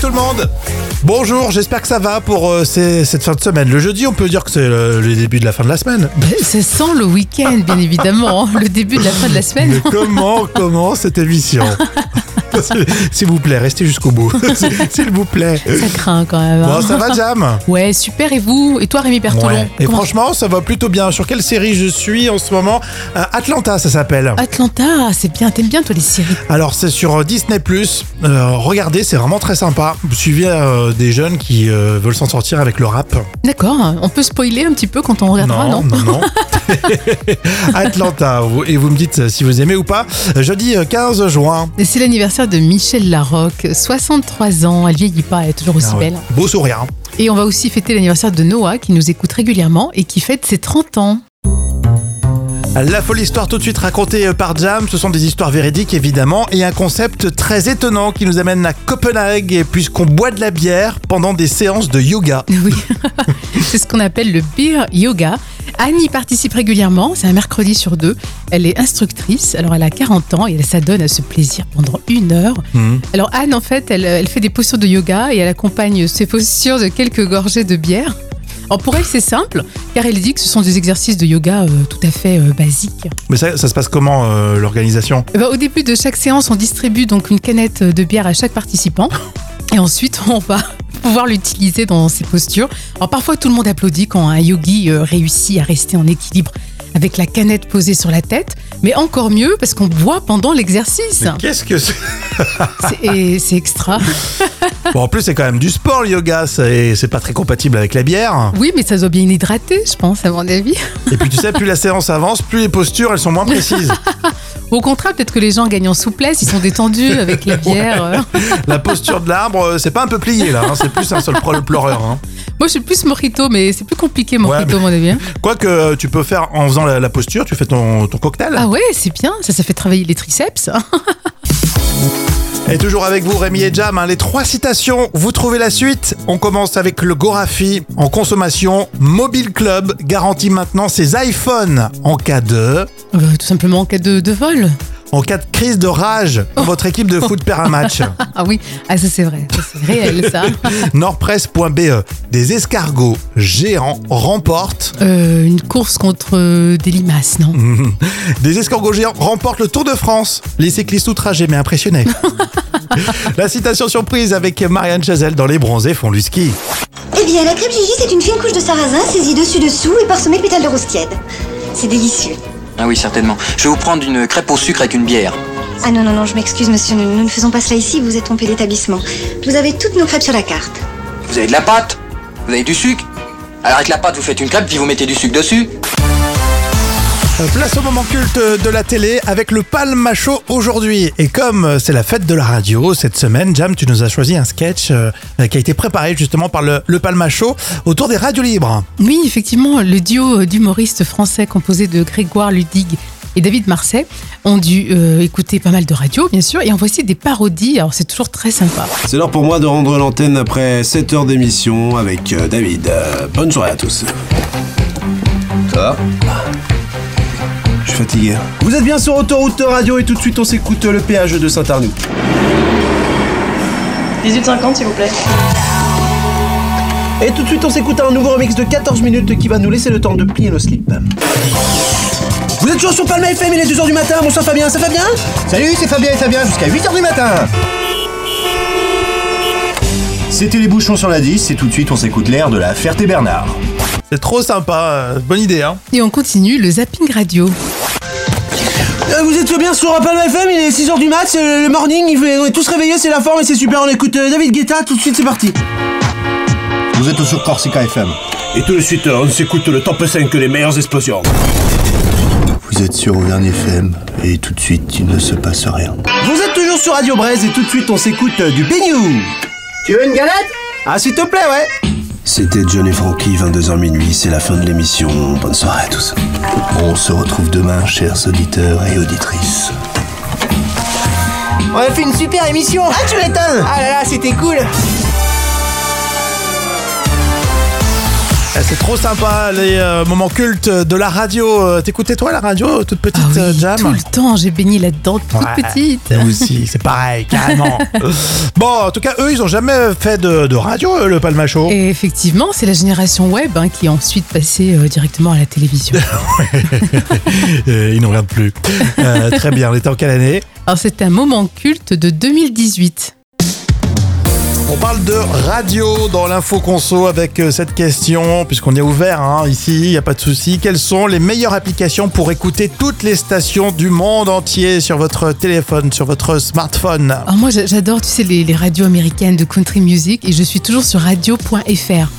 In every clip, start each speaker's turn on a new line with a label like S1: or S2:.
S1: tout le monde
S2: Bonjour, j'espère que ça va pour euh, ces- cette fin de semaine. Le jeudi, on peut dire que c'est euh, le, le début de la fin de la semaine.
S3: Ben, Ça sent le week-end, bien évidemment. hein. Le début de la fin de la
S2: Mais
S3: semaine.
S2: comment commence cette émission S'il vous plaît, restez jusqu'au bout. S'il vous plaît.
S3: Ça craint quand même. hein.
S2: Bon, ça va, Jam
S3: Ouais, super. Et vous Et toi, Rémi Bertolon
S2: Ouais. Et
S3: Comment-
S2: franchement, ça va plutôt bien. Sur quelle série je suis en ce moment Euh, Atlanta, ça s'appelle.
S3: Atlanta, c'est bien. T'aimes bien, toi, les séries
S2: Alors c'est sur euh, Disney Euh, regardez, c'est vraiment très sympa. Vous suivez euh, des jeunes qui euh, veulent s'en sortir avec le rap.
S3: D'accord. hein. On peut spoiler un petit peu quand on regardera, non,
S2: non, non. Atlanta. vous- Et vous me dites euh, si vous aimez ou pas. Jeudi euh, 15 juin.
S3: Et C'est l'anniversaire de Michel Larocque. 63 ans. Elle vieillit pas. Elle est toujours aussi
S2: Ah ouais.
S3: belle.
S2: Beau sourire. hein.
S3: Et on va aussi fêter l'anniversaire de Noah, qui nous écoute régulièrement et qui fête ses 30 ans.
S2: La folle histoire tout de suite racontée euh, par Jam. Ce sont des histoires véridiques évidemment et un concept très étonnant qui nous amène à Copenhague et puisqu'on boit de la bière pendant des séances de yoga.
S3: Oui, c'est ce qu'on appelle le beer yoga. Anne y participe régulièrement, c'est un mercredi sur deux. Elle est instructrice, alors elle a 40 ans et elle s'adonne à ce plaisir pendant une heure.
S2: Hmm.
S3: Alors Anne, en fait, elle, elle fait des postures de yoga et elle accompagne ses postures de quelques gorgées de bière. Alors pour elle, c'est simple, car elle dit que ce sont des exercices de yoga euh, tout à fait euh, basiques.
S2: Mais ça, ça se passe comment euh, l'organisation
S3: Eh ben, au début de chaque séance, on distribue donc une canette de bière à chaque participant. Et ensuite, on va pouvoir l'utiliser dans ses postures. Alors parfois, tout le monde applaudit quand un yogi euh, réussit à rester en équilibre avec la canette posée sur la tête. Mais encore mieux, parce qu'on boit pendant l'exercice.
S2: Qu'est-ce que c'est
S3: C'est- Et c'est extra.
S2: Bon, en plus, c'est quand même du sport, le yoga. C'est c'est pas très compatible avec la bière.
S3: Oui, mais ça doit bien hydrater, je pense, à mon avis.
S2: Et puis, tu sais, plus la séance avance, plus les postures, elles sont moins précises.
S3: Au contraire, peut-être que les gens gagnent en souplesse, ils sont détendus avec la bière. euh.
S2: La posture de l'arbre, euh, c'est pas un peu plié, là. hein. C'est plus un seul pro- pleureur. hein.
S3: Moi, je suis plus mojito, mais c'est plus compliqué, mojito,
S2: Ouais, mais-
S3: à mon avis. hein.
S2: Quoique, euh, tu peux faire, en faisant la, la posture, tu fais ton, ton cocktail.
S3: Ah ouais, c'est bien, ça, ça fait travailler les triceps.
S2: Et toujours avec vous, Rémi et Jam, hein, les trois citations, vous trouvez la suite. On commence avec le Gorafi en consommation. Mobile Club garantit maintenant ses iPhones en cas de...
S3: Euh, Tout simplement en cas de, de vol.
S2: En cas de crise de rage, votre équipe de foot perd un match.
S3: Ah oui, ah, ça c'est vrai, Ça, c'est réel ça.
S2: Nordpresse.be. E. Des escargots géants remportent.
S3: Euh, une course contre euh, des limaces, non
S2: Des escargots géants remportent le Tour de France. Les cyclistes outragés mais impressionnés. La citation surprise avec Marianne Chazelle dans Les Bronzés font du ski.
S4: Eh bien, la crêpe Gigi, c'est une fine couche de sarrasin saisie dessus-dessous et parsemée de pétales de rose tiède. C'est délicieux.
S5: Ah oui, certainement. Je vais vous prendre une crêpe au sucre avec une bière.
S4: Ah non, non, non, je m'excuse, monsieur, nous, nous ne faisons pas cela ici, vous êtes trompé d'établissement. Vous avez toutes nos crêpes sur la carte.
S5: Vous avez de la pâte Vous avez du sucre Alors avec la pâte, vous faites une crêpe, puis vous mettez du sucre dessus.
S2: Euh, Place au moment culte de la télé avec le Palmacho aujourd'hui. Et comme euh, c'est la fête de la radio cette semaine, Jam, tu nous as choisi un sketch euh, qui a été préparé justement par le, le Palmacho autour des radios libres.
S3: Oui, effectivement, le duo d'humoristes français composé de Grégoire Ludig et David Marseille ont dû euh, écouter pas mal de radios, bien sûr, et en voici des parodies, alors c'est toujours très sympa.
S6: C'est l'heure pour moi de rendre l'antenne après 7 heures d'émission avec euh, David. Euh, bonne journée à tous. Ça va Je suis fatigué. Vous êtes bien sur Autoroute Radio et tout de suite on s'écoute euh, le péage de Saint-Arnoux.
S7: 18,50 s'il vous plaît.
S6: Et tout de suite on s'écoute un nouveau remix de 14 minutes qui va nous laisser le temps de plier nos slips. Vous êtes toujours sur Palma FM, il est 2h du matin, bonsoir Fabien, c'est Fabien Salut, c'est Fabien et Fabien jusqu'à 8h du matin C'était les bouchons sur la 10 et tout de suite on s'écoute l'air de la Ferté-Bernard.
S2: C'est trop sympa, euh, bonne idée. Hein
S3: Et on continue le zapping radio.
S6: Euh, Vous êtes bien sur Palma FM, il est 6h du mat, c'est le- le morning, il fait- on est tous réveillés, c'est la forme et c'est super, on écoute euh, David Guetta, tout de suite c'est parti. Vous êtes sur Corsica FM. Et tout de suite on s'écoute le top 5 les meilleures explosions.
S8: Vous êtes sur Auvergne FM et tout de suite il ne se passe rien.
S6: Vous êtes toujours sur Radio Braise et tout de suite on s'écoute euh, du Beignou. Tu veux une galette Ah s'il te plaît ouais
S8: C'était John et Frankie, 22h minuit, c'est la fin de l'émission. Bonne soirée à tous. On se retrouve demain, chers auditeurs et auditrices.
S6: On a fait une super émission Ah tu m'étonnes Ah là là c'était cool
S2: Eh, c'est trop sympa, les euh, moments cultes de la radio. Euh, T'écoutais toi la radio, toute petite
S3: Ah oui,
S2: euh, jam
S3: tout le temps, j'ai baigné là-dedans, toute
S2: Ouais,
S3: petite.
S2: Nous aussi, c'est pareil, carrément. bon, en tout cas, eux, ils ont jamais fait de, de radio, eux, le Palmacho.
S3: Et effectivement, c'est la génération web hein, qui est ensuite passée euh, directement à la télévision.
S2: Euh, ils n'en regardent plus. Euh, très bien, on était en quelle année
S3: Alors c'est un moment culte de 2018.
S2: On parle de radio dans l'info conso avec euh, cette question, puisqu'on est ouvert hein, ici, il n'y a pas de souci. Quelles sont les meilleures applications pour écouter toutes les stations du monde entier sur votre téléphone, sur votre smartphone
S3: Alors Ah, moi j'a- j'adore, tu sais, les, les radios américaines de country music et je suis toujours sur radio.fr.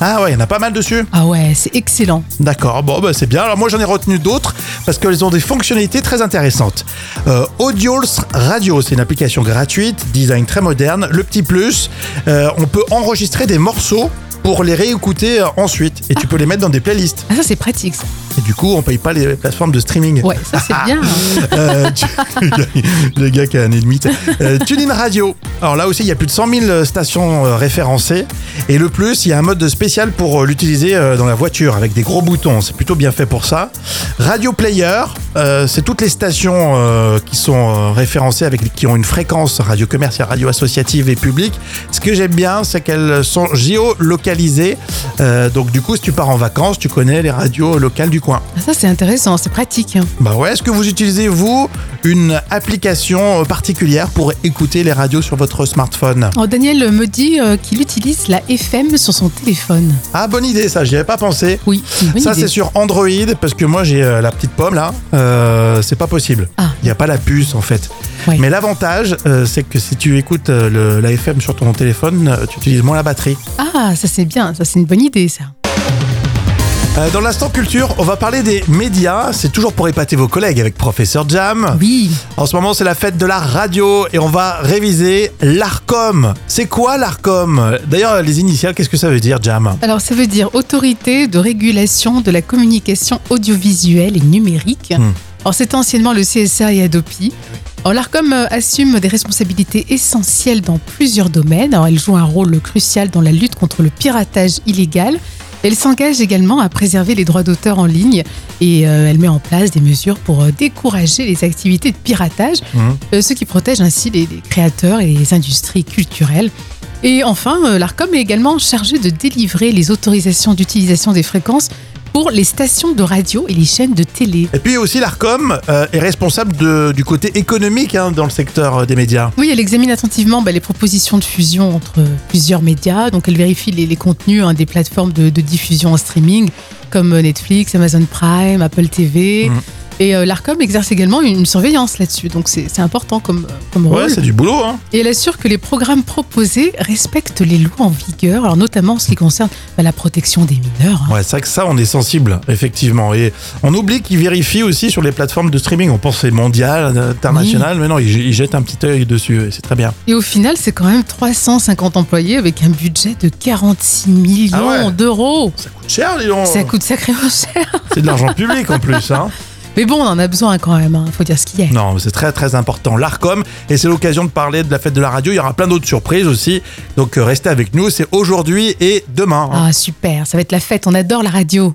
S2: Ah ouais, il y en a pas mal dessus.
S3: Ah ouais, c'est excellent.
S2: D'accord, bon, bah, c'est bien. Alors moi j'en ai retenu d'autres parce qu'elles ont des fonctionnalités très intéressantes. Euh, Audios Radio, c'est une application gratuite, design très moderne. Le petit plus, euh, on peut enregistrer des morceaux pour les réécouter euh, ensuite et tu peux les mettre dans des playlists.
S3: Ah ça c'est pratique ça.
S2: Et du coup, on paye pas les plateformes de streaming.
S3: Ouais, ça c'est bien. hein.
S2: Euh, tu- le, gars, le gars qui a un ennemi. Euh, TuneIn Radio. Alors là aussi, il y a plus de 100 000 stations euh, référencées. Et le plus, il y a un mode spécial pour euh, l'utiliser euh, dans la voiture avec des gros boutons. C'est plutôt bien fait pour ça. Radio Player, euh, c'est toutes les stations euh, qui sont euh, référencées avec qui ont une fréquence radio commerciale, radio associative et publique. Ce que j'aime bien, c'est qu'elles sont géolocalisées. Euh, donc du coup, si tu pars en vacances, tu connais les radios locales du coin.
S3: Ah, ça c'est intéressant, c'est pratique. hein.
S2: Bah ouais, est-ce que vous utilisez vous une application euh, particulière pour écouter les radios sur votre smartphone
S3: Alors Oh, Daniel me dit euh, qu'il utilise la FM sur son téléphone.
S2: Ah bonne idée ça, j'y avais pas pensé.
S3: Oui, c'est une bonne
S2: Ça
S3: idée.
S2: c'est sur Android parce que moi j'ai euh, la petite pomme là, Euh, c'est pas possible. Il
S3: Ah.
S2: n'y a pas la puce en fait.
S3: Ouais.
S2: Mais l'avantage euh, c'est que si tu écoutes euh, le- la FM sur ton téléphone, euh, tu utilises moins la batterie.
S3: Ah ça c'est bien, ça c'est une bonne idée ça.
S2: Euh, dans l'instant culture, on va parler des médias. C'est toujours pour épater vos collègues avec Professeur Jam.
S3: Oui.
S2: En ce moment, c'est la fête de la radio et on va réviser l'ARCOM. C'est quoi l'ARCOM D'ailleurs, les initiales, qu'est-ce que ça veut dire, Jam
S3: Alors ça veut dire autorité de régulation de la communication audiovisuelle et numérique.
S2: Hmm. Eh
S3: Alors c'était anciennement le CSA et Adopi. Alors l'ARCOM euh, assume des responsabilités essentielles dans plusieurs domaines. Alors, elle joue un rôle crucial dans la lutte contre le piratage illégal. Elle s'engage également à préserver les droits d'auteur en ligne et euh, elle met en place des mesures pour euh, décourager les activités de piratage,
S2: Hmm.
S3: euh, ce qui protège ainsi les- les créateurs et les industries culturelles. Et enfin, euh, l'ARCOM est également chargé de délivrer les autorisations d'utilisation des fréquences pour les stations de radio et les chaînes de télé.
S2: Et puis aussi, l'ARCOM euh, est responsable de- du côté économique hein, dans le secteur euh, des médias.
S3: Oui, elle examine attentivement bah, les propositions de fusion entre euh, plusieurs médias. Donc, elle vérifie les, les contenus hein, des plateformes de, de diffusion en streaming comme euh, Netflix, Amazon Prime, Apple TV.
S2: Mhm.
S3: Et euh, l'ARCOM exerce également une une surveillance là-dessus. Donc, c'est c'est important comme, euh, comme rôle.
S2: Ouais, c'est du boulot. Hein.
S3: Et elle assure que les programmes proposés respectent les lois en vigueur, alors notamment en ce qui concerne bah, la protection des mineurs. hein.
S2: Ouais, c'est vrai que ça, on est sensible, effectivement. Et on oublie qu'ils vérifient aussi sur les plateformes de streaming. On pense que c'est mondial, euh, international, mais non, ils, ils jettent un petit œil dessus. et C'est très bien.
S3: Et au final, c'est quand même 350 employés avec un budget de 46 millions
S2: Ah ouais.
S3: d'euros.
S2: Ça coûte cher, dis donc.
S3: Ça coûte sacrément cher.
S2: C'est de l'argent public en plus. Hein.
S3: Mais bon, on en a besoin quand même, hein. faut dire ce qu'il y a.
S2: Non, c'est très très important. L'ARCOM, et c'est l'occasion de parler de la fête de la radio. Il y aura plein d'autres surprises aussi. Donc euh, restez avec nous, c'est aujourd'hui et demain. hein.
S3: Ah super, ça va être la fête, on adore la radio.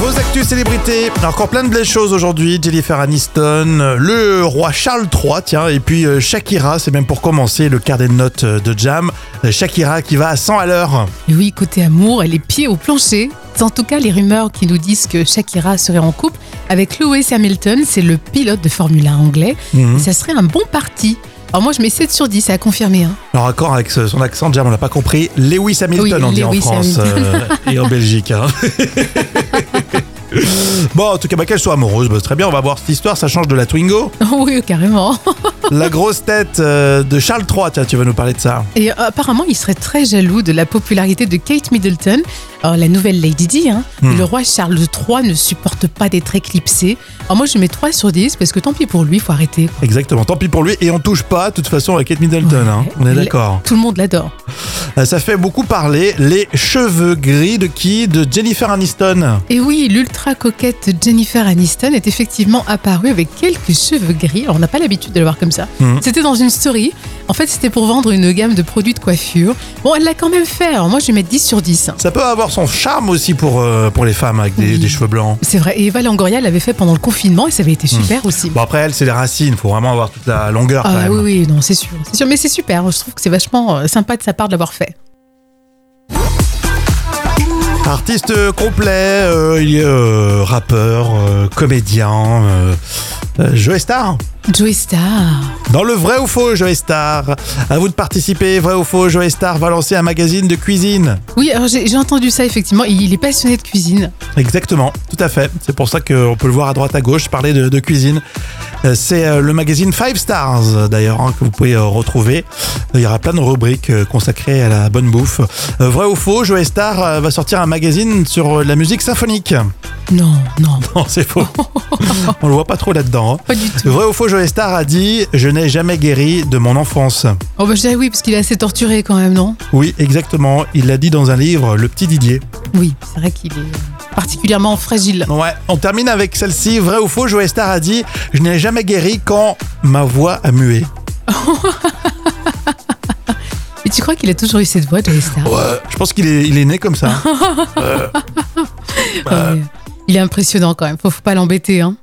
S2: Vos actus célébrités, encore plein de belles choses aujourd'hui. Jennifer Aniston, euh, le roi Charles III, tiens, et puis euh, Shakira, c'est même pour commencer le carnet de notes euh, de Jam. Euh, Shakira qui va à 100 à l'heure.
S3: Et oui, côté amour, elle est pieds au plancher. C'est en tout cas les rumeurs qui nous disent que Shakira serait en couple avec Lewis Hamilton, c'est le pilote de Formule 1 anglais.
S2: Mhm.
S3: Et ça serait un bon parti. Alors moi, je mets 7 sur 10 à confirmer. hein.
S2: Alors, accord avec ce- son accent, Jam, on l'a pas compris. Lewis Hamilton,
S3: Oui,
S2: on dit en
S3: Lewis
S2: France euh, et en Belgique. hein. bon, en tout cas, bah, qu'elle soit amoureuse, bah, c'est très bien. On va voir cette histoire. Ça change de la Twingo.
S3: oui, carrément.
S2: La grosse tête euh, de Charles III, tiens, tu vas nous parler de ça.
S3: Et euh, apparemment, il serait très jaloux de la popularité de Kate Middleton, alors la nouvelle Lady Di. hein.
S2: Hmm.
S3: Le roi Charles III ne supporte pas d'être éclipsé. Alors moi, je mets 3 sur 10 parce que tant pis pour lui, faut arrêter. quoi.
S2: Exactement, tant pis pour lui. Et on touche pas, de toute façon, à Kate Middleton. hein. On est
S3: Ouais.
S2: d'accord.
S3: Tout le monde l'adore.
S2: Euh, Ça fait beaucoup parler. Les cheveux gris de qui De Jennifer Aniston.
S3: Et oui, l'ultra ultra coquette Jennifer Aniston est effectivement apparue avec quelques cheveux gris. Alors, on n'a pas l'habitude de la voir comme ça.
S2: Mhm.
S3: C'était dans une story. En fait, c'était pour vendre une gamme de produits de coiffure. Bon, elle l'a quand même fait. Alors, moi, je vais mettre 10 sur 10. hein.
S2: Ça peut avoir son charme aussi pour, euh, pour les femmes avec des,
S3: Oui.
S2: des cheveux blancs.
S3: C'est vrai. Et Eva Longoria l'avait fait pendant le confinement et ça avait été super aussi.
S2: Bon, après, elle, c'est les racines. Faut vraiment avoir toute la longueur quand
S3: Ah
S2: même.
S3: oui, oui, non, c'est sûr. C'est sûr, mais c'est super. Je trouve que c'est vachement euh, sympa de sa part de l'avoir fait.
S2: Artiste complet, euh, il est euh, rappeur, euh, comédien, euh, euh, Joey Star.
S3: Joey Star.
S2: Dans le vrai ou faux Joey Star, à vous de participer. Vrai ou faux Joey Star va lancer un magazine de cuisine.
S3: Oui, alors j'ai j'ai entendu ça effectivement. Il, il est passionné de cuisine.
S2: Exactement, tout à fait. C'est pour ça qu'on peut le voir à droite à gauche parler de, de cuisine. Euh, C'est euh, le magazine Five Stars euh, d'ailleurs hein, que vous pouvez euh, retrouver. Il y aura plein de rubriques euh, consacrées à la bonne bouffe. Euh, Vrai ou faux Joey Star euh, va sortir un magazine sur euh, la musique symphonique.
S3: Non, non,
S2: Non, c'est faux. On le voit pas trop là-dedans. hein.
S3: pas du tout.
S2: Vrai ou faux, Joey Star a dit Je n'ai jamais guéri de mon enfance.
S3: Oh bah je dirais oui parce qu'il est assez torturé quand même, non
S2: Oui, exactement. Il l'a dit dans un livre, Le Petit Didier.
S3: Oui, c'est vrai qu'il est euh, particulièrement fragile.
S2: Ouais, on termine avec celle-ci. Vrai ou faux, Joey Star a dit Je n'ai jamais guéri quand ma voix a mué.
S3: Et tu crois qu'il a toujours eu cette voix, Joey Star
S2: Ouais, je pense qu'il est, il est né comme ça.
S3: bah. Ouais. Il est impressionnant quand même. Faut, faut pas l'embêter, hein.